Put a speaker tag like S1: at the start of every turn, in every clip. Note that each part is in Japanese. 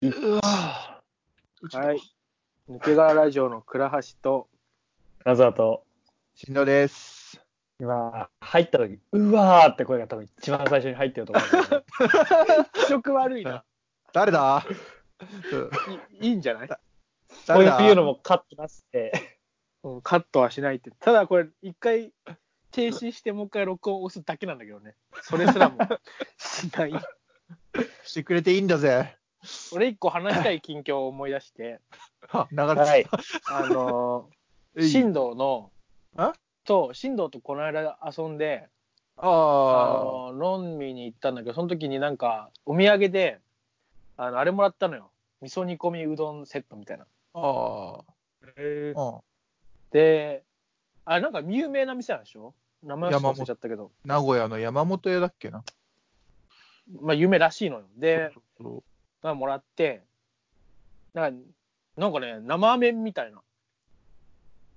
S1: うわはい。抜け殻ラジオの倉橋と、
S2: 金沢と、
S3: しんどです。
S2: 今、入った時、うわーって声が多分一番最初に入ってると思うん だけど
S1: 気色悪いな。
S3: 誰だ うん
S1: いいいんじゃない、
S2: こう
S3: 誰
S2: いう
S3: だ
S2: いうのもカットなしで、
S1: うん、カットはしないって。ただこれ、一回停止して、もう一回録音を押すだけなんだけどね。それすら もしない。
S3: してくれていいんだぜ。
S1: 俺一個話したい近況を思い出して、
S3: あ流れて
S2: はい、
S1: あの
S3: え
S1: ー、
S3: い
S1: 進藤の
S3: あ、
S1: と、進藤とこの間遊んで、あ
S3: あ
S1: の飲みに行ったんだけどその時になんかお土産であのあれもらったのよ味噌煮込みうどんセットみたいな
S3: あ。ああ。うん
S1: であなんか有名な店なんでしょ名前は忘れちゃったけど
S3: 名古屋の山本屋だっけな。
S1: まあ有名らしいのよで
S3: そう
S1: まあもらってなんかなんかね生麺みたいな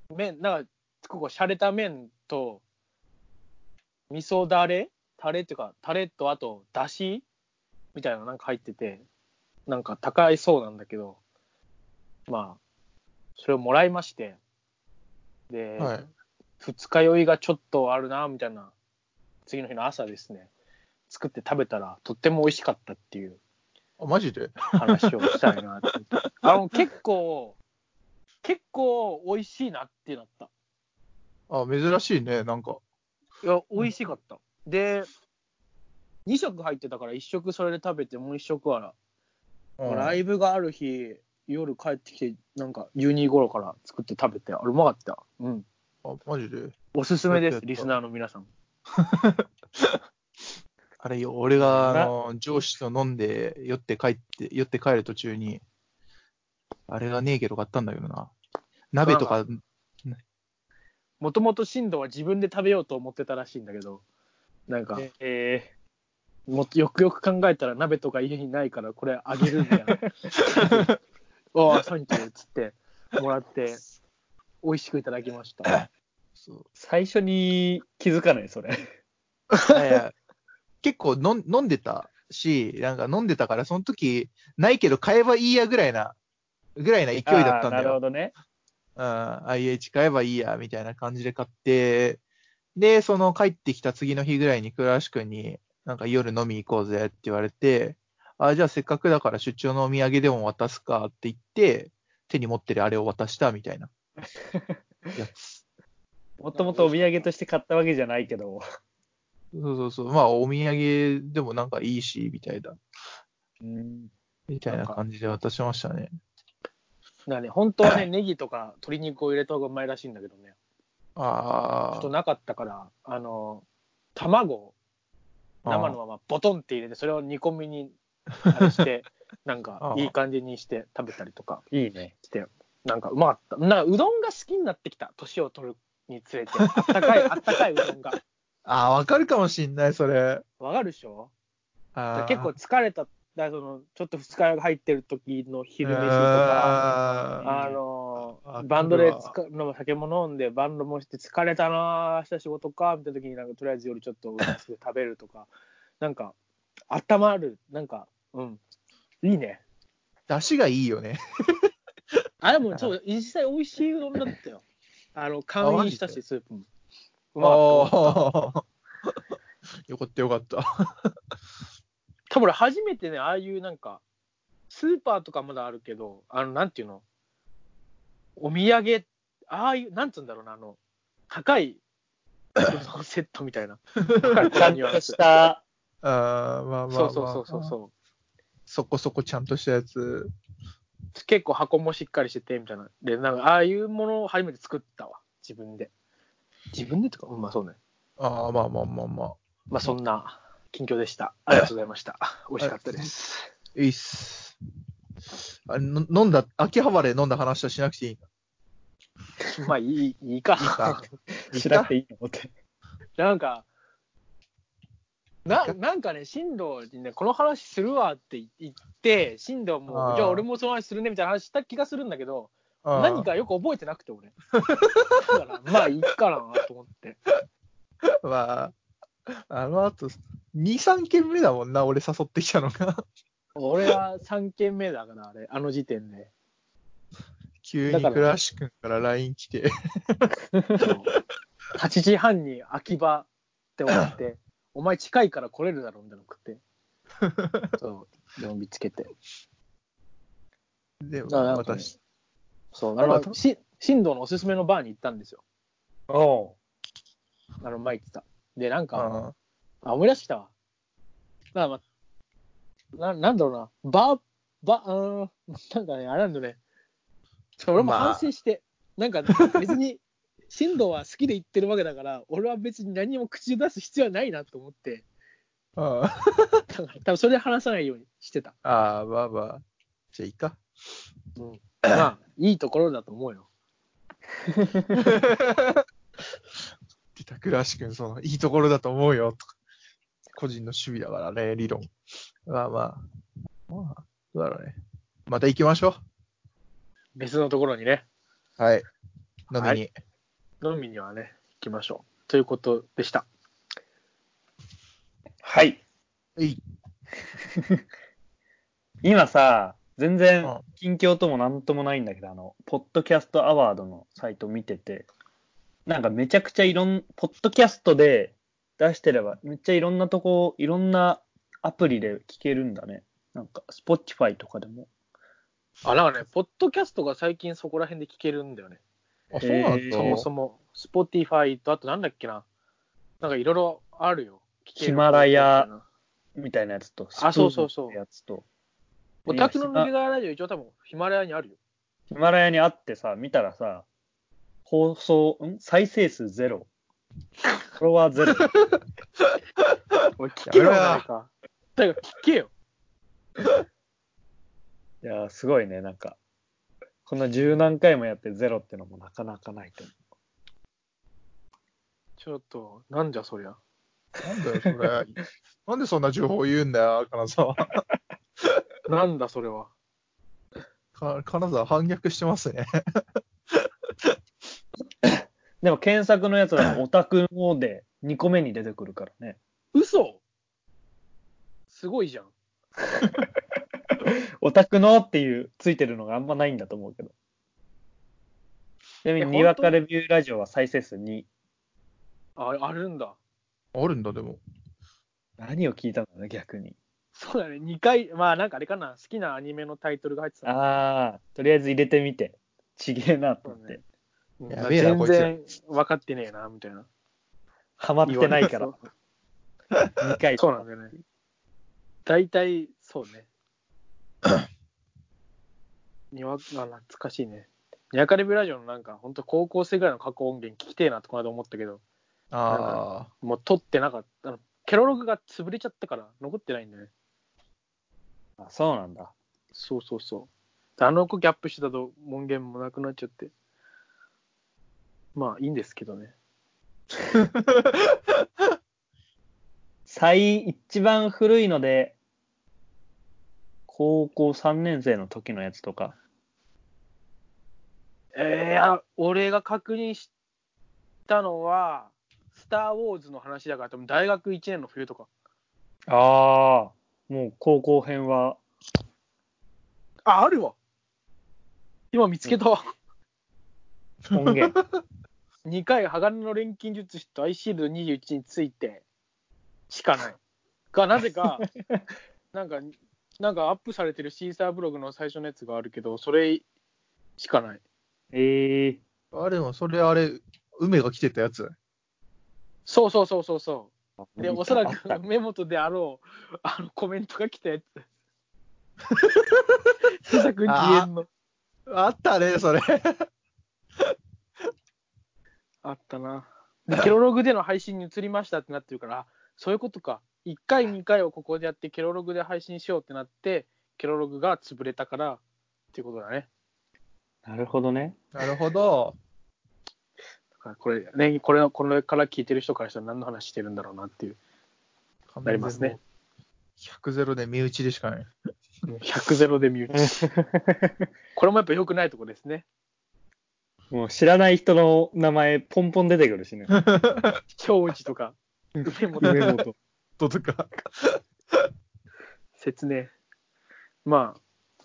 S1: 麺なんかここ洒落た麺と味噌だれタレっていうかタレとあとだしみたいなのなんか入っててなんか高いそうなんだけどまあそれをもらいましてで、
S3: はい。
S1: 二日酔いがちょっとあるなみたいな次の日の朝ですね作って食べたらとっても美味しかったっていう
S3: あ、マジで
S1: 話をしたいなって思ってあの結構結構美味しいなってなった
S3: あ、珍しいね、なんか。
S1: いや美味しかった、で2食入ってたから1食それで食べてもう1食は、
S3: うん
S1: ライブがある日夜帰ってきてなんか12頃から作って食べてあれうまかったうん
S3: あ、マジで
S1: おすすめで
S3: や
S1: す
S3: った
S1: リスナーの皆さん
S3: あれよ、俺が、あの、上司と飲んで、酔って帰って、酔って帰る途中に、あれがねえけど買ったんだけどな。鍋とか、
S1: もともと進藤は自分で食べようと思ってたらしいんだけどなんか
S2: え
S1: もっとよくよく考えたら鍋とか家にないからこれあげるんだ よ。ああ、サンキューっつってもらって美味しくいただきました。
S3: そう
S2: 最初に気づかない、それ。
S3: いやいや 結構飲ん飲んでたし、なんか飲んでたから、その時、ないけど買えばいいやぐらいな、ぐらいな勢いだったん
S2: あーな
S3: だ
S2: るほ
S3: よ。
S2: どね。
S3: うん、IH 買えばいいや、みたいな感じで買って、で、その帰ってきた次の日ぐらいに倉橋君に、なんか夜飲み行こうぜって言われて、あ、じゃあせっかくだから出張のお土産でも渡すかって言って、手に持ってるあれを渡したみたいな。やつ
S2: もともとお土産として買ったわけじゃないけど、
S3: そうそうそう。まあ、お土産でもなんかいいし、みたいな。みたいな感じで渡しましたね。
S1: なんかね、本当はね、ネギとか鶏肉を入れた方がうまいらしいんだけどね、ちょ
S3: あ
S1: っと
S3: あ。
S1: なかったから、あの、卵を生のままボトンって入れて、それを煮込みにあ れして、なんか
S3: ああ
S1: いい感じにして食べたりとか
S2: いいね。
S1: して、なんかうまかった。なんかうどんが好きになってきた、年を取るにつれて。あった かい、あったかいうどんが。
S3: ああ、わかるかもしんない、それ。
S1: わかるでしょだか
S3: あ
S1: ら
S3: ー
S1: 結構、疲れた、だからそのちょっと二日酔いが入ってる時の昼飯とか、
S3: あ
S1: あ
S3: ー
S1: のー
S3: あ
S1: バンドでつ
S3: わ
S1: かの酒も飲んで、バンドもして疲れたなー、明日仕事か、みたいな時になんかとりあえず夜ちょっとおやつ食べるとか、なんか、温まる、なんか、うん、いいね。
S3: 出汁がいいよね。
S1: あ、でもそう、実際美味しいうどんだったよ。 あの、
S3: あ
S1: 缶
S3: マ
S1: に
S3: ジで
S1: したし、スープも。う
S3: あ
S1: まかった
S3: ー よかったよかった。
S1: 多分俺初めてね、ああいうなんか、スーパーとかまだあるけど、あの、なんていうの、お土産、ああいう、なんつうんだろうな、あの、高い、そのセットみたいな。わ
S2: ちゃ
S1: か
S2: ん
S1: る
S2: とした、
S3: あーまあまあ、ま あ、
S1: そうそうそうそうそ
S3: そこそこちゃんとしたやつ。
S1: う。結構箱もしっかりしてて、みたいな。で、なんか、ああいうものを初めて作ったわ。自分で。自分でとか、うんまあそうね。
S3: ああ、まあまあまあまあ。
S1: まあそんな近況でした。ありがとうございました。美味しかったです。
S3: いいっす。あれの飲んだ、秋葉原で飲んだ話はしなくていいんだ。
S1: まあいい、いいか。
S3: いいか
S2: しなくていいと思って。
S1: なんか、ななんかね、進藤にね、この話するわって言って、進藤
S3: あ
S1: も、
S3: ー
S1: じゃあ俺もその話するねみたいな話した気がするんだけど、
S3: あー
S1: 何かよく覚えてなくて、俺。 だから、まあいいかなと思って。
S3: まあ、あの後、2、3軒目だもんな、俺誘ってきたのが。
S1: 俺は3軒目だから、あれ、あの時点で。
S3: 急
S1: だ
S3: に
S1: から
S3: 倉橋くんから LINE 来て、
S1: 8時半に秋葉って思って、お前近いから来れるだろみたいなの食って。そう、呼びつけて。
S3: でも
S1: あなんかね
S3: 私、
S1: そう、あ
S3: あ
S1: の、
S3: と
S1: し新藤のおすすめのバーに行ったんですよ。
S2: お
S1: あの、前行ってた。で、なんか、
S3: あ
S1: あ、思い出してきたわ。まあまあ、な、なんだろうな。ば、ば、うーん、なんかね、あれなんだよね。ちょ俺も
S3: まあ
S1: 反省して、なんか別 に、進藤は好きで言ってるわけだから、俺は別に何も口を出す必要はないなと思って、
S3: あ
S1: だから 多分それで話さないようにしてた。
S3: あ、まあまあ。じゃあいいか。
S1: まあ、いいところだと思うよ。
S3: 出た倉橋くん、その、いいところだと思うよ、とか。個人の趣味だからね、理論。まあまあ。まあ、どうだろうね。また行きましょ
S1: 別のところにね、
S3: う。はい。飲みに。
S1: はい飲みにはね、行きましょう。ということでした。
S2: はい。
S3: はい
S2: 今さ、全
S3: う
S2: 然
S3: ん、
S2: 近況ともなんともないんだけど、あの、ポッドキャストアワードのサイト見てて、なんかめちゃくちゃいろん、ポッドキャストで出してれば、めっちゃいろんなとこ、いろんなアプリで聞けるんだね。なんか、スポッチファイとかでも。
S1: あ、なんかね、ポッドキャストが最近そこら辺で聞けるんだよね。
S3: あ、そうなん
S2: えー
S3: だ。
S1: そもそ
S3: も。
S1: も、Spotify と、あとなんだっけな、なんかいろいろあるよ。聞ける
S2: ヒマラヤ。みたいなやつと、
S1: あそうそうそう
S2: スプーンってやつと。
S1: オタクの右側ラジオ、一応多分ヒマラヤにあるよ。
S2: ヒマラヤにあってさ、見たらさ、放送、ん再生数ゼロ。フォロワーゼロ。
S1: おい、聞けよ、
S3: やめろ
S1: 誰か。誰か聞けよ。
S2: いやー、すごいね、なんか。こんな十何回もやってゼロってのもなかなかないと思
S1: ちょっと、なんじゃそりゃ。
S3: なんだよ、それ。 なんでそんな情報言うんだよ、金沢。
S1: なんだそれは。
S3: か金沢反逆してますね。
S2: う。でも検索のやつ はオタクので2個目に出てくるからね。
S1: 嘘すごいじゃん。
S2: オタクのっていうついてるのがあんまないんだと思うけど。ちなみに、
S1: え
S2: にわかレビューラジオは再生数2。
S1: あ、あるんだ。
S3: あるんだ、でも。
S2: 何を聞いたんだろうね、逆に。
S1: そうだね、2回、まあなんかあれかな、好きなアニメのタイトルが入ってた。
S2: あー、とりあえず入れてみて。ちげえなと思っ
S1: そう
S2: て
S1: ね。うん
S3: やべえな
S1: 全然分かってねえな、みたいな。
S2: ハマってないから
S1: 言わ。
S2: 2回。
S1: そうなんだよね。大体、そう ね。にわあ懐かしいね。ニャカレビラジオのなんか、本当高校生ぐらいの過去音源聞きてえなってこの間思ったけど、
S3: あ
S1: もう撮ってなかった。あのケロログが潰れちゃったから残ってないんだよね。
S2: あそうなんだ。
S1: そうそうそう。あの子ギャップしてたと音源もなくなっちゃって。まあいいんですけどね。
S2: 最、一番古いので、高校3年生の時のやつとか。
S1: えー、いや、俺が確認したのは、スター・ウォーズの話だから、多分大学1年の冬とか。
S2: ああ。もう高校編は、
S1: あ、あるわ。今見つけたわ。
S2: 音 源。
S1: 2回、鋼の錬金術師とアイシールド21についてしかない。が、なぜ か、なんか、なんかアップされてるシーサーブログの最初のやつがあるけど、それしかない。
S2: ええ
S3: あ。あれも、それあれ、梅が来てたやつ。
S1: そうそうそうそうそう。で、おそら
S2: あ
S1: く
S2: っ
S1: メモとであろう、あのコメントが来たや つ。自作自演の。
S3: あったね、それ。
S1: あったな。で、ケロログでの配信に移りましたってなってるから、あそういうことか。1回、2回をここでやって、ケロログで配信しようってなって、ケロログが潰れたからっていうことだね。
S2: たなるほどね。
S3: なるほど。
S1: だからこれ、ね、これ、これから聞いてる人からしたら何の話してるんだろうなっていう。なりますね。
S3: 100ゼロで身内でしかない。
S1: 100ゼロで身内。これもやっぱ良くないとこですね。
S2: もう知らない人の名前、ポンポン出てくるしね。
S1: 長寿とか、梅本
S2: 梅本。
S3: どうとか。
S1: 説明。ま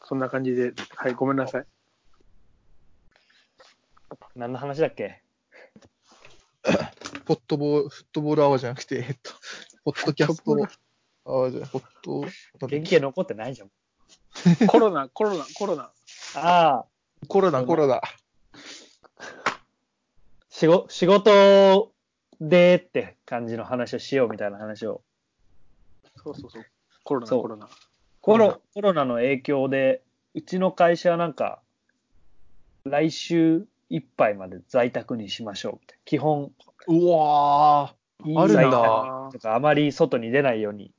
S1: あ、そんな感じで、はい、ごめんなさい。
S2: 何の話だっけ
S3: ポットボール、フットボールアワーじゃなくて、えっと、ポッドキャストアワーじゃない、ポット、
S2: 原型残ってないじゃん。
S1: コロナ、コロナ、コロナ。
S2: ああ、
S3: コロナ、コロナ。
S2: 仕事、仕事でって感じの話をしようみたいな話を。
S1: そうそうそう。コロナ、
S2: そう
S1: コロナ。
S2: コロコロナの影響で、うちの会社はなんか、来週いっぱいまで在宅にしましょうみたいな。基本、
S3: うわある
S2: 在
S3: な
S2: 宅とかあまり外に出ないように、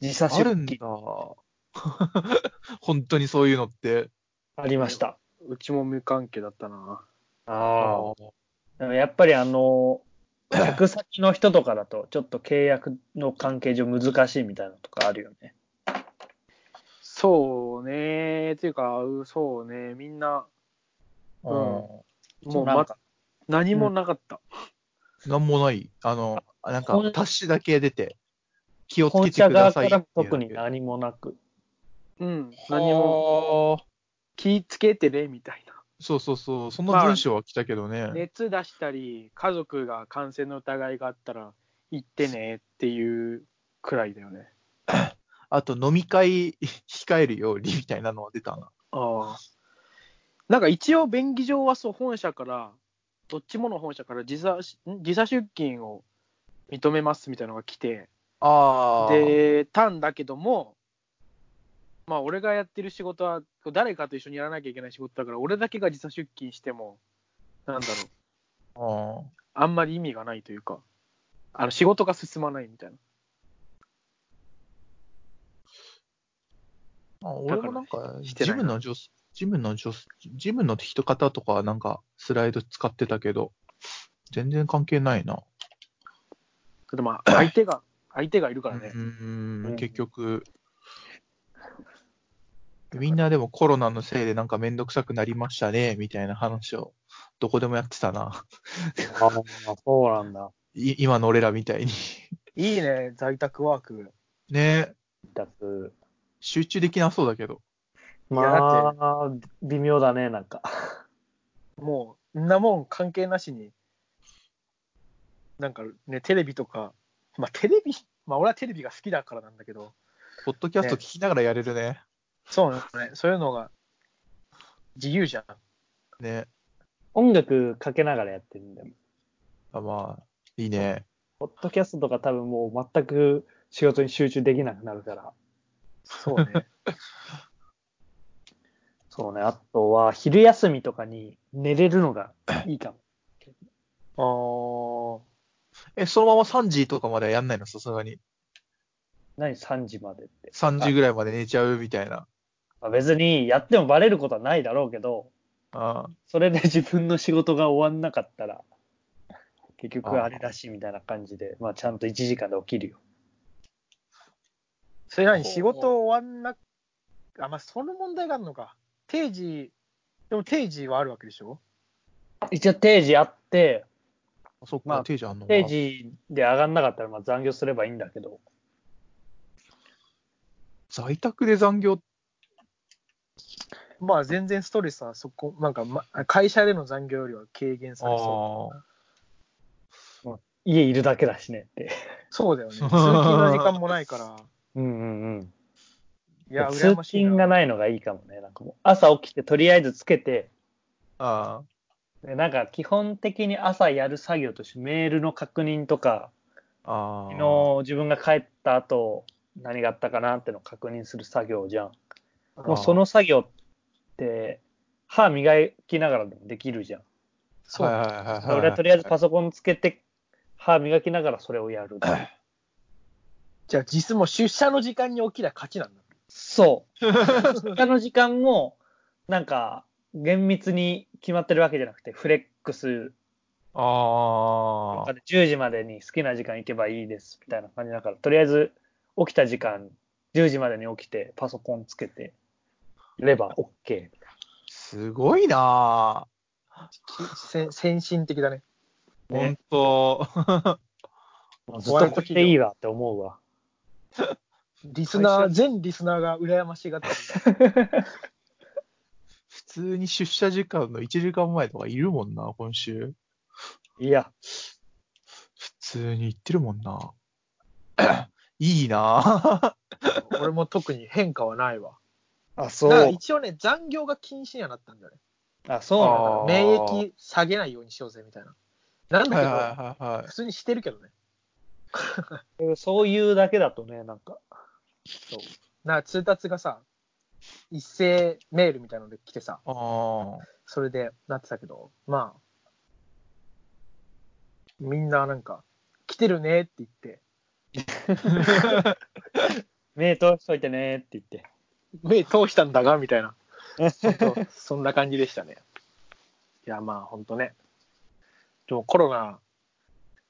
S2: 時差
S3: ー、あ
S2: 出
S3: るんだ
S2: 勤。
S3: 本当にそういうのって。
S2: ありました。
S1: うちも無関係だったな。
S2: あ
S3: あー
S2: あ。やっぱりあ の、客先の人とかだと、ちょっと契約の関係上難しいみたいなのとかあるよね。
S1: そうねっていうか、うそうねみんな、
S3: う
S1: もう、
S2: なん
S1: ま
S2: か、
S1: 何もなかった。
S3: ん。なんもない。あの、なんか
S2: 本、
S3: 達しだけ出て、気をつ
S2: 本
S3: けて
S2: 社
S3: く
S2: 側
S3: ださ
S2: か
S3: いっていう
S2: ら
S3: だ
S2: も
S3: け。
S2: 特に何もなく。
S1: うん、何
S3: 何
S1: も
S3: も。
S1: 気ぃつけてね、みたいな。
S3: そうそうそう、そんな文章は来たけどね。
S1: 熱出したり、家族が感染の疑いがあったら、行ってねっていうくらいだよね。
S3: あと、飲み会 控えるようにみたいなのは出たな。
S1: ああ。なんか一応、便宜上はそう本社から、どっちもの本社から時差しん時差出勤を認めますみたいなのが来て、
S3: あで、
S1: で、たんだけども、まあ、俺がやってる仕事は、誰かと一緒にやらなきゃいけない仕事だから、俺だけが時差出勤しても、なんだろう、
S3: あ
S1: あんまり意味がないというか、あの仕事が進まないみたいな。
S3: あ俺もなん
S1: だか
S3: か、
S1: らして
S3: ジ
S1: ない
S3: ム
S1: な
S3: の女子、ジムの女子、ジムの人方とかなんかスライド使ってたけど、全然関係ないな。
S1: ただ まあ、相手が、相手がいるからね。
S3: う
S2: うんん、
S3: 結局。みんなでもコロナのせいでなんかめんどくさくなりましたね、みたいな話をどこでもやってたな。
S2: ああ、そうなんだ。
S3: い今の俺らみた いに。
S1: いいね、在宅ワーク。
S3: ね
S2: だく
S3: 集中できなそうだけど。
S2: まあ、微妙だね、なんか。
S1: もう、んなもん関係なしに、なんかね、テレビとか、まあテレビ、まあ俺はテレビが好きだからなんだけど、
S3: ポッドキャスト聞きながらやれるね。
S1: そうね、そういうのが自由じゃん。
S3: ね。
S2: 音楽かけながらやってるんだよ。
S3: あまあ、いいね。
S2: ポッドキャストとか多分もう全く仕事に集中できなくなるから。
S1: そうね。
S2: そうね。あとは、昼休みとかに寝れるのがいいかも。
S1: あー
S3: え、そのまま3時とかまではやんないのさすがに。
S2: 何 ?3 時までって。
S3: 3時ぐらいまで寝ちゃうみたいな。
S2: まあ別にやってもバレることはないだろうけど、
S3: あ
S2: それで自分の仕事が終わんなかったら、結局あれだしみたいな感じで、まあちゃんと1時間で起きるよ。
S1: それなに仕事終わんな、あ、まあその問題があるのか。定時、でも定時はあるわけでしょ
S2: 一応定時あって、
S3: あそっ
S2: ま
S3: か
S2: あ、
S3: 定時あんのか
S2: 定時で上がんなかったらまあ残業すればいいんだけど、
S3: 在宅で残業、
S1: まあ全然ストレスはそこ、なんか、ま、会社での残業よりは軽減されそう。
S3: ああ。
S2: 家いるだけだしねって。
S1: そうだよね。通勤の時間もないから。
S2: うんうんうん。
S1: いや、
S2: 通
S1: 羨ましい
S2: 勤が
S1: な。
S2: ないのがいいかもね。なんかもう朝起きてとりあえずつけて、
S3: ああ。
S2: でなんか基本的に朝やる作業としてメールの確認とか、
S3: ああ。
S2: 昨日自分が帰った後何があったかなってのを確認する作業じゃん。もうその作業って歯磨きながらでもできるじゃん。
S1: そう
S3: はいはいはいはい。
S2: 俺はとりあえずパソコンつけて歯磨きながらそれをやる。
S1: じゃあ、実も出社の時間に起きりゃ勝ちなんだ。
S2: そう。他の時間も、なんか、厳密に決まってるわけじゃなくて、フレックス
S3: ああ。
S2: 10時までに好きな時間行けばいいですみたいな感じだから、とりあえず起きた時間、10時までに起きて、パソコンつけて、れば OK。
S3: すごいな
S1: 先先進的だね。
S3: ぁ。ほんと。
S2: もうずっとこれでいいわって思うわ。
S1: リスナー、
S3: 会社
S1: 全リスナーが羨ましがってる。
S3: 普通に出社時間の1時間前とかいるもんな、今週。
S2: いや、
S3: 普通に行ってるもんな。 いいな
S1: 俺も特に変化はないわ。
S2: あ、そ
S1: だから
S2: う。
S1: 一応ね、残業が禁止にはなったんだよね。
S2: あ、そうなんだ
S3: あー
S1: 免疫下げないようにしようぜみたいな。なんだ
S3: は
S1: け
S3: い
S1: ど、
S3: はいはいはい
S1: 普。通にしてるけどね。
S2: えーそういうだけだとね、なんか。
S1: そう。なんか通達がさ、一斉メールみたいなので来てさ、
S3: あー
S1: それでなってたけど、まあ、みんななんか、来てるねって言って、
S2: 目通しといてねって言って。
S1: 目通したんだがみたい な。本当そんな感じでしたね。いや、まあ、本当ね。でもコロナ、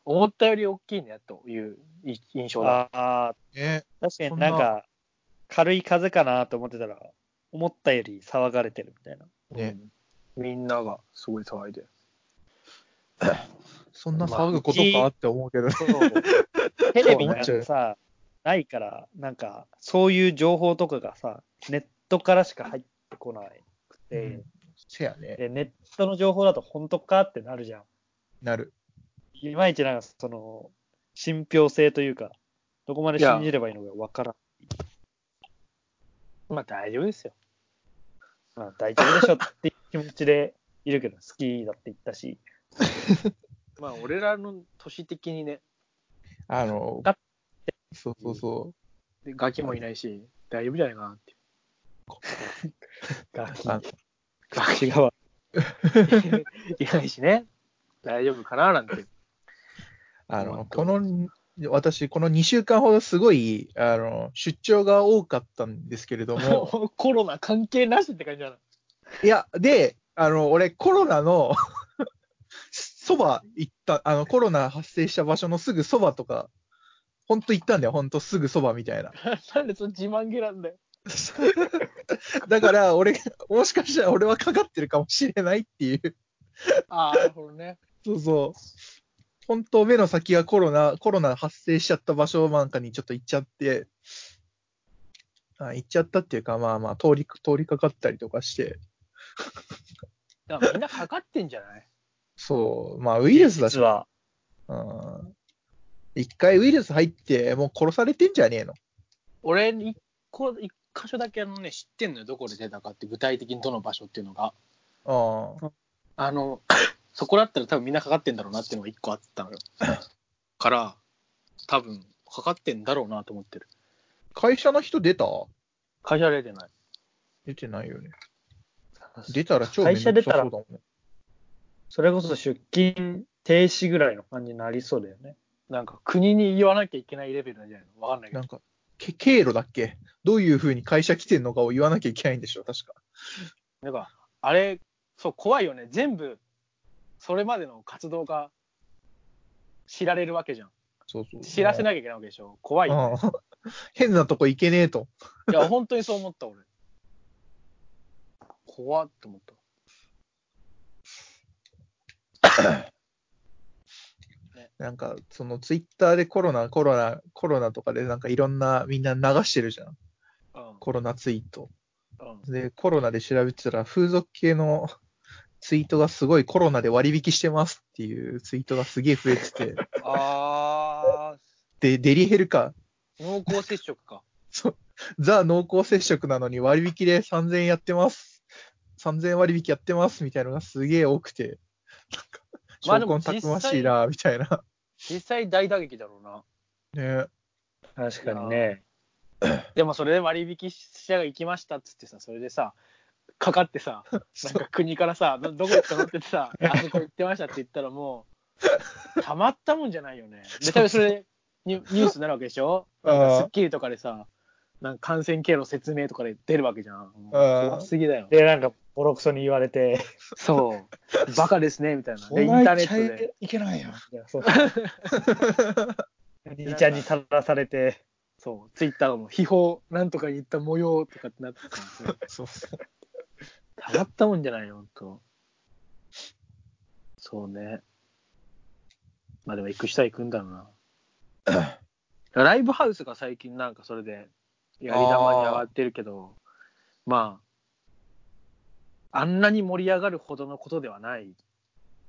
S1: 思ったより大きいねというい印象だ。
S2: ああ
S3: ね、
S2: ー、確かになん
S3: そん
S2: か、軽い風邪かなと思ってたら、思ったより騒がれてるみたいな。
S3: ね
S1: うんみんながすごい騒い で。
S3: そんな騒ぐことかって思うけどね。
S2: テレビなんかさ、ないから、なんか、そういう情報とかがさ、ネットからしか入ってこなくて、
S3: せやね。
S2: で、ネットの情報だと本当かってなるじゃん。
S3: なる。
S2: いまいちなんか、その、信憑性というか、どこまで信じればいいのかわからん。
S1: まあ、大丈夫ですよ。
S2: まあ、大丈夫でしょっていう気持ちでいるけど、 好きだって言ったし、
S1: まあ、俺らの年的にね、
S3: あの
S2: だっ、
S3: そうそうそう。
S1: でガキもいないし、大丈夫じゃないかなって。
S2: ガキ、
S3: あ
S1: ガ
S2: 違うわ。
S1: いないしね。大丈夫かななんて。
S3: あ
S1: 本
S3: の、
S1: 当
S3: この、私、この2週間ほどすごい、あの、出張が多かったんですけれど も、
S1: もうコロナ関係なしって感じだな。
S3: いや、で、あの、俺、コロナの、 そば行った、あの、コロナ発生した場所のすぐそばとか、ほんと行ったんだよ、ほんとすぐそばみたいな。
S1: なんでその自慢げなんだよ。
S3: だから、俺、もしかしたら俺はかかってるかもしれないっていう。
S1: ああ、なるほどね。
S3: そうそう。本当、目の先がコロナ、コロナ発生しちゃった場所なんかにちょっと行っちゃって、あ行っちゃったっていうか、まあまあ、通り、通りかかったりとかして、
S1: だからみんなかかってんじゃない
S3: そう、まあ、ウイルスだし
S2: 実、は、
S3: うん一回ウイルス入って、もう殺されてんじゃねえの
S1: 俺、一個、一箇所だけあのね、知ってんのよ。どこで出たかって、具体的にどの場所っていうのが。
S3: ああ
S1: あの、 そこだったら多分みんなかかってんだろうなっていうのが一個あったのよ。 から、多分、かかってんだろうなと思ってる。
S3: 会社の人出た
S1: 会社で出ない。
S3: 出てないよね。出たら超
S2: 会社
S3: めんど
S2: 出
S3: くさ
S2: たら
S3: そうだもんね。
S2: それこそ出勤停止ぐらいの感じになりそうだよね。
S1: なんか国に言わなきゃいけないレベルなんじゃないのわかんないけ
S3: な
S1: ど。
S3: んか、け経路だっけどういう風に会社来てんのかを言わなきゃいけないんでしょ、確か。
S1: なんか、あれ、そう、怖いよね。全部、それまでの活動が知られるわけじゃん。
S3: そうそう。
S1: 知らせなきゃいけないわけでしょ。怖いよね。
S3: うん 変なとこ行けねえと。
S1: いや、本当にそう思った、俺。怖っと思った。
S3: なんか、そのツイッターでコロナ、コロナ、コロナとかでなんかいろんなみんな流してるじゃん。コロナツイート。
S1: うん。うん、
S3: で、コロナで調べてたら風俗系のツイートがすごいコロナで割引してますっていうツイートがすげえ増えてて。
S1: あ
S3: で、デリヘルか。
S1: ー、濃厚接触か。
S3: そう。ザ濃厚接触なのに割引で3000円やってます。3000円割引やってますみたいなのがすげえ多くて。なんか、
S1: まあで
S3: 証
S1: も
S3: 拠たくましいな、みたいな。
S1: 実際大打撃だろうな。
S3: ね
S2: 確かにね。
S1: でもそれで割引者が行きましたっつってさ、それでさ、かかってさ、なんか国からさ、どどこ行ったのって言ってさ、あそこ行ってましたって言ったらもう、たまったもんじゃないよね。で、多分それでニュニュースになるわけでしょなんか
S3: あー
S1: スッキリとかでさ、なんか感染経路説明とかで出るわけじゃん。もう
S3: あー
S1: 怖すぎだよ。
S2: で、なんか、ボロクソに言われて、
S1: そう。バカですね、みたいな。で、インターネットで。
S2: いけないよ。そう。 兄ちゃんにさらされて、
S1: そう。ツイッターも、秘宝、なんとかに行った模様とかってなってたんですよ。
S3: そうそう。
S1: たまったもんじゃないよ、ほんと。そうね。まあでも行く人は行くんだろうな。ライブハウスが最近なんかそれで、やり玉に上がってるけど、まあ、あんなに盛り上がるほどのことではない、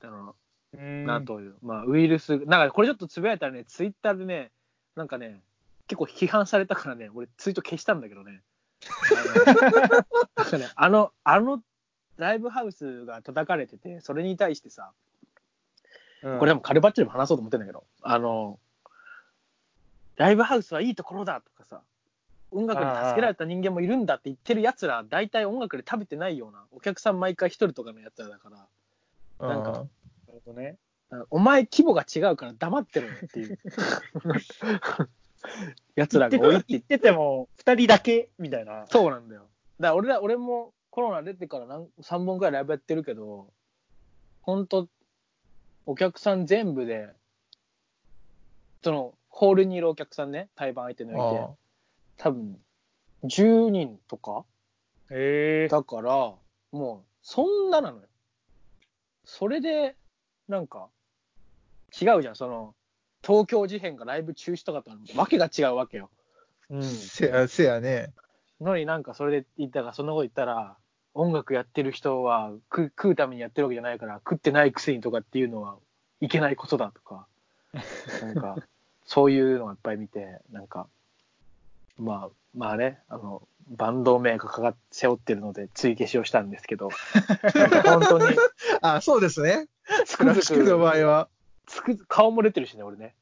S1: あの、な
S2: なん
S1: という、まあ、ウイルス、なんかこれちょっとつぶやいたらね、ツイッターでね、なんかね、結構批判されたからね、俺ツイート消したんだけどね。あのなんかねあの、あのライブハウスが叩かれてて、それに対してさ、これでもカルバッチョでも話そうと思ってんだけど、あの、ライブハウスはいいところだとかさ、音楽に助けられた人間もいるんだって言ってるやつら、大体音楽で食べてないような、お客さん毎回一人とかのやつらだから、なんか
S3: うん
S2: なるほどね。
S1: お前規模が違うから黙ってろよっていう。やつ
S2: 言
S1: ら
S2: って
S1: が多いって言
S2: 言
S1: っ。
S2: っててても、二人だけみたいな。
S1: そうなんだよ。だから俺ら、俺もコロナ出てから何3本くらいライブやってるけど、ほんと、お客さん全部で、その、ホールにいるお客さんね、対バン相手抜いて、多分、10人とか
S2: へえ。
S1: だから、もう、そんななのよ。それで、なんか、違うじゃん、その、東京事変がライブ中止とかとは、わけが違うわけよ。
S2: うん
S3: あー。せや、せやね。
S1: のになんかそれで言ったから、そんなこと言ったら、音楽やってる人は食食うためにやってるわけじゃないから、食ってないくせにとかっていうのはいけないことだとか、なん か、そういうのをいっぱい見て、なんか、まあ、まあね、あの、バンド名がかかっ背負ってるので、追消しをしたんですけど、なんか本当に、
S3: あ、そうですね。
S1: つ
S3: ク
S1: く
S3: ラ
S1: づ
S3: シックの
S1: く、
S3: 場合は。
S1: つくづく顔も出てるしね、俺ね。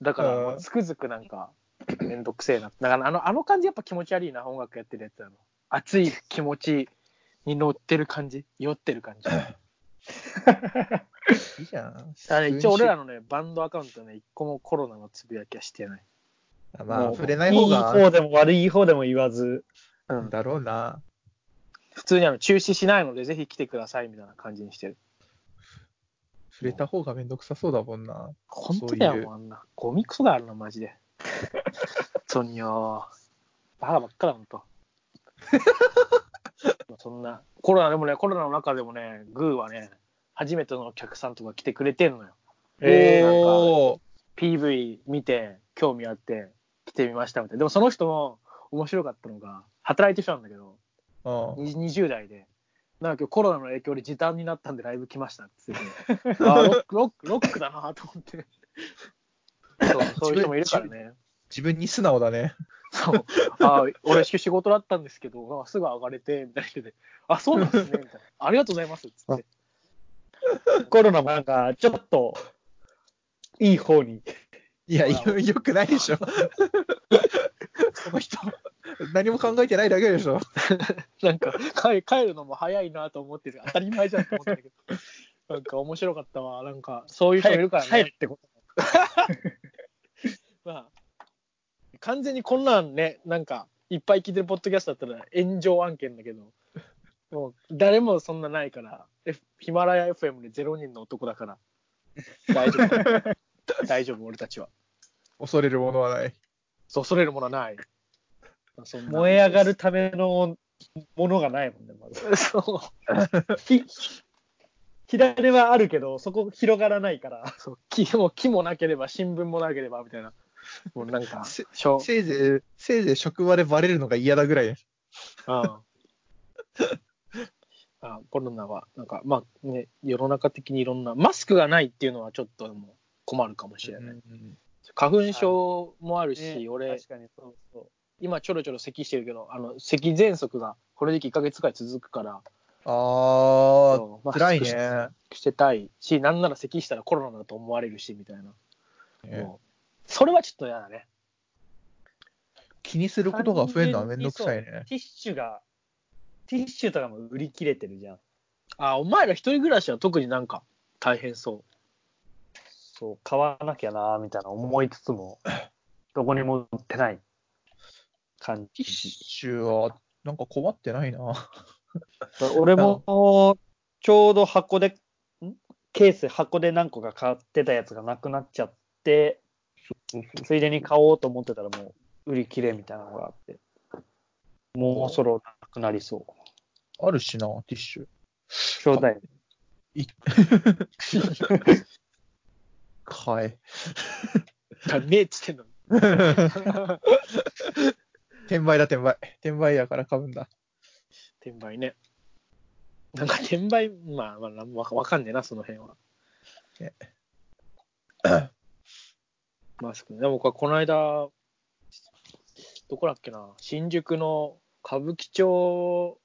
S1: だから、
S3: うん
S1: つくづくなんか、 めんどくせえな。だから、あの、あの感じやっぱ気持ち悪いな、音楽やってるやつあの。熱い気持ちに乗ってる感じ、酔ってる感じ。だか
S3: いいじゃん。
S1: らね、一応俺らのね、バンドアカウントね、一個もコロナのつぶやきはしてない。
S3: ま
S2: も
S3: あ、
S2: う
S3: 触れない方
S2: いい
S3: が、
S2: 方でも悪い方でも言わず。
S1: うん。
S3: だろうな。
S1: 普通にあの、中止しないので、ぜひ来てください、みたいな感じにしてる。
S3: 触れた方がめんどくさそうだもんな。
S1: 本当だ
S3: そうい
S1: よ、
S3: う
S1: もうあんな。ゴミクソだ、あんな、マジで。 本当によ。バカばっかだ、本 当。そんな、コロナでもね、コロナの中でもね、グーはね、初めてのお客さんとか来てくれてんのよ。
S2: えー
S3: おー
S1: PV 見て、興味あって、来てみましたみたいな。でもその人も面白かったのが、働いてる人なんだけど、
S3: うん
S1: に20代で、なんか今日コロナの影響で時短になったんでライブ来ましたっ て言っててあーロック、ロック、ロックだなと思って。そう、そういう人もいるからね。
S3: 自分に素直だね。
S1: そう。あー俺、仕事だったんですけど、なんかすぐ上がれて、みたいな人で、あ、そうなんですね、みたいな。ありがとうございます、っつって。
S2: コロナもなんか、ちょっと、いい方に。
S3: いや、よよくないで しょ。
S1: その人、
S3: 何も考えてないだけでしょ。
S1: なんか帰、帰るのも早いなと思ってて、当たり前じゃんと思ったんだけど、なんか面白かったわ。なんか、そういう人もいるからね。
S2: 帰るってこ
S1: まあ、完全にこんなんね、なんか、いっぱい聞いてるポッドキャストだったら炎上案件だ けど、もう誰もそんなないから、F- ヒマラヤ FM で0人の男だから、大丈夫。 大丈夫、俺たちは。
S3: 恐れるものはない。
S1: そう、恐れるものはない。そん
S2: と。
S1: な
S2: 燃え上がる。ためのものがないもんね、まず。
S1: そう
S2: ひ火種はあるけど、そこ広がらないから。
S1: そう木も、木もなければ、新聞もなければ、みたいな。もうなんか、
S3: せ
S1: しょ
S3: せいぜい、せいぜい職場でバレるのが嫌だぐらいです。
S1: あ あコロナは、なんか、まあね、世の中的にいろんな、マスクがないっていうのはちょっともう困るかもしれない。花粉症もあるし、俺
S2: 確、かにそうそう。
S1: 今ちょろちょろ咳してるけど、あの、咳喘息がこれで1ヶ月くらい続くから、
S3: ああ、
S1: そうマスク
S3: 辛い
S1: し
S3: ね。
S1: してたいし、なんなら咳したらコロナだと思われるし、みたいな。
S3: ね
S1: もうそれはちょっと嫌だね。
S3: 気にすることが増えるのはめんどくさいね。
S2: ティッシュが、ティッシュとかも売り切れてるじゃん。
S1: あ、お前ら一人暮らしは特になんか大変そ
S2: そう、買わなきゃなーみたいな思いつつ も、どこにも売ってない感
S3: ティッシュは、なんか困ってないな。
S2: 俺も、ちょうど箱で、んケース、箱で何個か買ってたやつがなくなっちゃって、ついでに買おうと思ってたらもう売り切れみたいなのがあって、もうそろなくなりそう。
S3: あるしな、ティッシュ。
S2: ちょう だい。
S3: 買え。
S1: う。ねえっつってんのに。
S3: 転売だ、転売。転売やから買うんだ。
S1: 転売ね。なんか転売、まあ、まあなんもわか、わかんねえな、その辺は
S3: ね。
S1: マスクね。でも、この間、どこだっけな、新宿の歌舞伎町、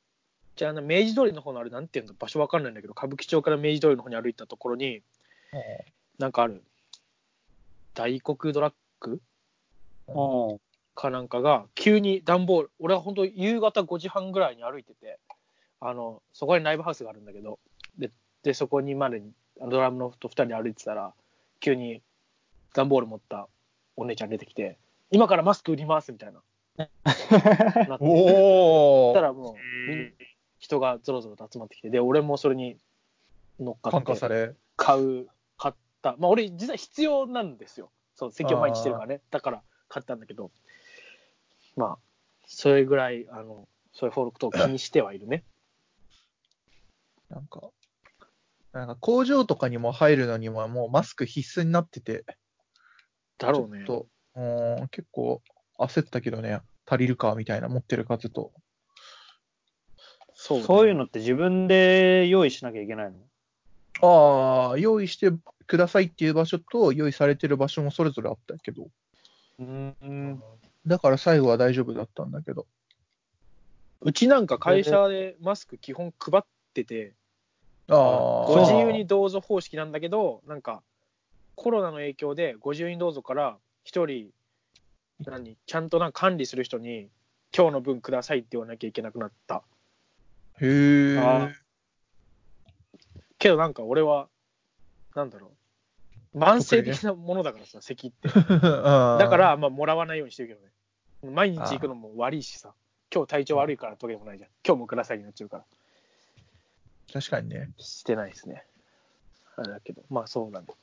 S1: じゃあな、明治通りの方のあれ、なんていうの、場所わかんないんだけど、歌舞伎町から明治通りの方に歩いたところに、なんかある、大黒ドラッグ
S2: うん。
S1: かなんかが急に段ボール俺は本当夕方5時半ぐらいに歩いててあのそこにライブハウスがあるんだけどででそこにまでにあのドラムのと2人で歩いてたら急に段ボール持ったお姉ちゃん出てきて「今からマスク売ります」みたいななってそ
S3: お
S1: した
S3: ー
S1: らもうみん人がぞろぞろと集まってきてで俺もそれに乗っか
S3: 感
S1: っ
S3: 化さ
S1: て
S3: れ。
S1: 買う買ったまあ俺実は必要なんですよそう席を前にしてるからねだから買ったんだけどまあそれぐらいあのそういうフォークトを気にしてはいるね
S3: なんか、なんか工場とかにも入るのにはもうマスク必須になってて、
S1: だろうね
S3: ちょっと、うーん、結構焦ったけどね、足りるかみたいな、持ってる数と。
S1: そうね
S2: そういうのって自分で用意しなきゃいけないの
S3: ああ、用意してくださいっていう場所と、用意されてる場所もそれぞれあったけど、
S2: うん。
S3: だから最後は大丈夫だったんだけど、
S1: うちなんか会社でマスク基本配ってて
S3: ああ、
S1: ご自由にどうぞ方式なんだけどなんかコロナの影響でご自由にどうぞから一人何ちゃんとなんか管理する人に今日の分くださいって言わなきゃいけなくなった
S3: へえ。
S2: あ
S1: けどなんか俺は、なんだろう、慢性的なものだからさ、咳って。 だ
S3: だ
S1: か、ら、あんまもらわないようにしてるけどね。毎日行くのも悪いしさ、今日体調悪いからとかでもないじゃん。今日もくださいになっちゃうから。
S3: 確かにね。
S1: してないですね。あれだけど、まあそうなんだ。だか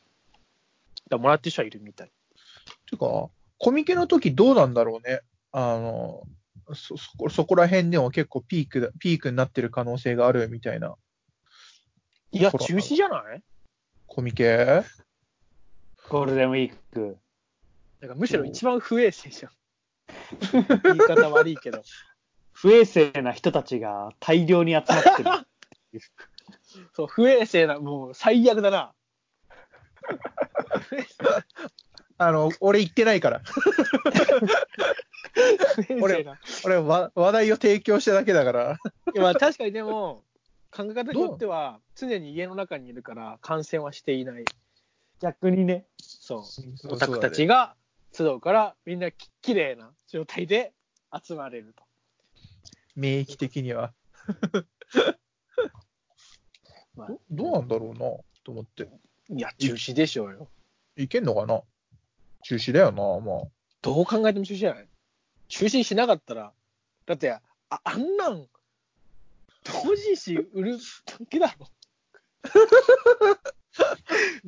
S1: らもらってる人はいるみたい。
S3: てか、コミケの時どうなんだろうね。あの、そ、そこ、そこら辺でも結構ピークだ、ピークになってる可能性があるみたいな。
S1: いや、
S3: コロナ
S1: 中止じゃない
S3: コミケ
S2: ゴールデンウィーク。
S1: だからむしろ一番不衛生じゃん。言い方悪いけど。
S2: 不衛生な人たちが大量に集まってる。
S1: そう、不衛生な、もう最悪だな。
S3: あの、俺行ってないから。
S1: 不衛生な。
S3: 俺わ、話題を提供しただけだから。
S1: いやまあ確かにでも考え方によっては常に家の中にいるから感染はしていない
S2: 逆にね。
S1: そうオタクたちが集うからみんなききれいな状態で集まれると
S3: 免疫的には。
S1: まあ
S3: どどうなんだろうなと思って。
S1: いや中止でしょうよ
S3: いけんのかな中止だよな、まあ。
S1: どう考えても中止じゃない中止しなかったらだってああんなん同人誌売るだけだ ろ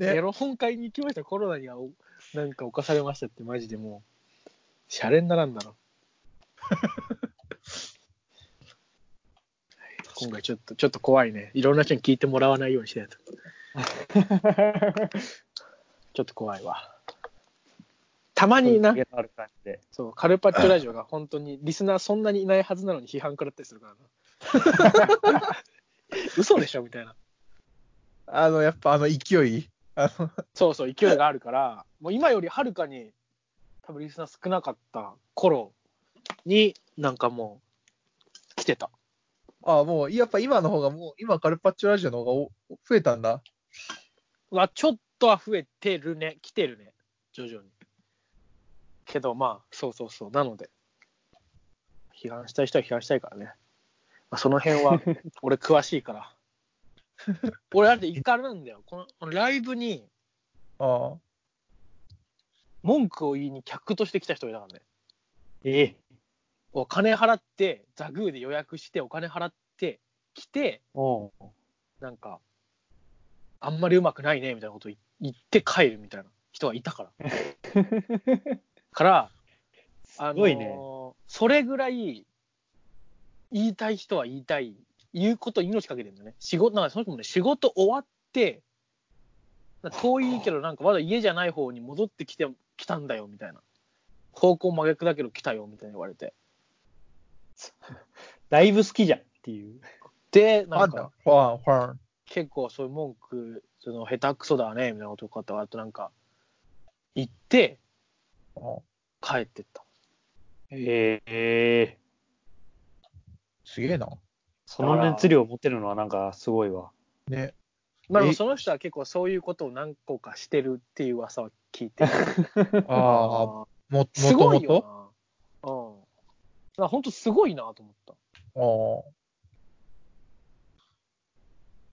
S1: エ
S3: ね、
S1: ロ本買いに行きましたコロナにはおなんか侵されましたってマジでもうシャレにならんだろ はい今回ちょっとちょっと怖いねいろんな人に聞いてもらわないようにしないとちょっと怖いわたまにな
S2: ある感じで。
S1: そうカルパッチョラジオが本当にリスナーそんなにいないはずなのに批判食らったりするからな嘘でしょみたいな
S3: あの、やっぱあの勢い。あの、
S1: そうそう、勢いがあるから、もう今よりはるかに、多分リスナー少なかった頃に、なんかもう、来てた。
S3: ああ、もう、やっぱ今の方がもう、今カルパッチョラジオの方がお増えたんだ。
S1: まあ、ちょっとは増えてるね、来てるね、徐々に。けど、まあ、そうそうそう、なので、批判したい人は批判したいからね。まあ、その辺は、俺詳しいから。俺、だって一回あれなんだよ。このこのライブに
S3: あ
S1: 文句を言いに客として来た人がいたからね。
S2: え
S1: お金払って、ザグーで予約して、お金払って、来て、
S2: おう
S1: なんか、あんまりうまくないね、みたいなこと言言って帰るみたいな人がいたから。から、あの
S2: すごいね
S1: それぐらい、言いたい人は言いたい、言うことに命かけてるんだよね。仕事、なんかその人もね、仕事終わって、なんか遠いけど、なんかまだ家じゃない方に戻ってきて、来たんだよ、みたいな。方向真逆だけど来たよみたいに言われて。
S2: だいぶ好きじゃんっていう。
S1: で、な
S3: なん
S1: んか
S3: だ、、ファン、ファン。
S1: 結構そういう文句、その、下手くそだね、みたいなこととか、あとなんか、行って、
S3: あ
S1: 帰ってった。
S2: ええ
S3: すげえな。
S2: その熱量を持ってるのはなんかすごいわ。
S3: ね。
S1: まあでも
S3: え
S1: その人は結構そういうことを何個かしてるっていう噂は聞いてる。
S3: ああ、も、
S1: あ
S3: も
S1: す
S3: と
S1: ご
S3: も
S1: い
S3: と
S1: よな。うん。まあ本当すごいなと思っ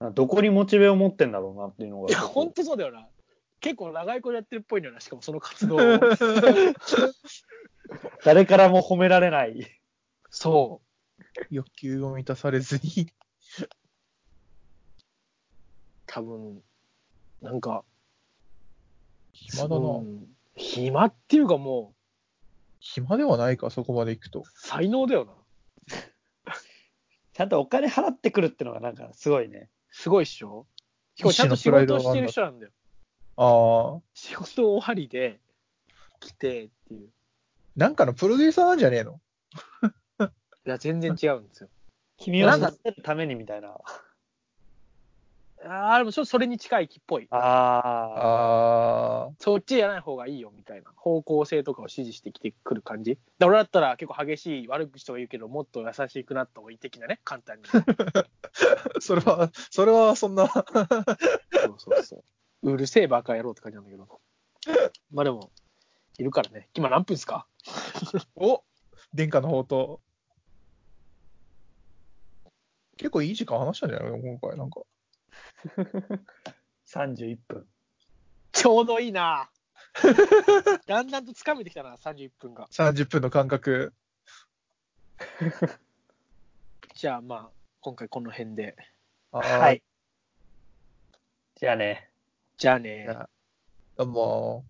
S1: た。
S3: あ
S2: どこにモチベを持ってんだろうなっていうのが。
S1: いや、本当そうだよな。結構長い子やってるっぽいのよな、しかもその活動を。
S2: 誰からも褒められない。
S1: そ
S3: あ、欲求を満たされずに。
S1: う。多分、なんか、
S3: 暇だな
S1: うん暇っていうかもう、
S3: 暇ではないか、そこまで行くと。
S1: 才能だよな。
S2: ちゃんとお金払ってくるってのがなんかすごいね。
S1: すごいっしょし
S3: 一
S1: かもちゃ
S3: 種
S1: んと
S3: の
S1: 仕事を
S3: プライドが
S1: し
S3: あ
S1: て
S3: るん
S1: る
S3: だ
S1: 人なんだよ。
S3: ああ、
S1: 仕事終わりで来てっていう。
S3: なんかのプロデューサーなんじゃねえの
S1: いや、全然違うんですよ。
S2: 君を育てるためにみたいな。
S1: ああ、でもちょっとそれに近いっぽい。
S2: ああ。
S3: あ
S1: そっちやらない方がいいよみたいな方向性とかを指示してきてくる感じ。だ俺だったら結構激しい悪口とか言うけど、もっと優しくなった方がいい的なね、簡単に。そう
S3: あ、それは、それはそんな、
S1: そうそう。うるせえバカ野郎って感じなんだけど。まあでも、いるからね。今何分ですか
S3: お殿下の宝刀。結構いい時間話したんじゃないの今回なんか。
S2: 31分。
S1: ちょうどいいなだんだんと掴めてきたな、31分が。
S3: 30分の間隔。
S1: じゃあまあ、今回この辺で。
S3: あー
S2: はい。。じゃあね。
S1: じゃあね
S3: じゃあどうも。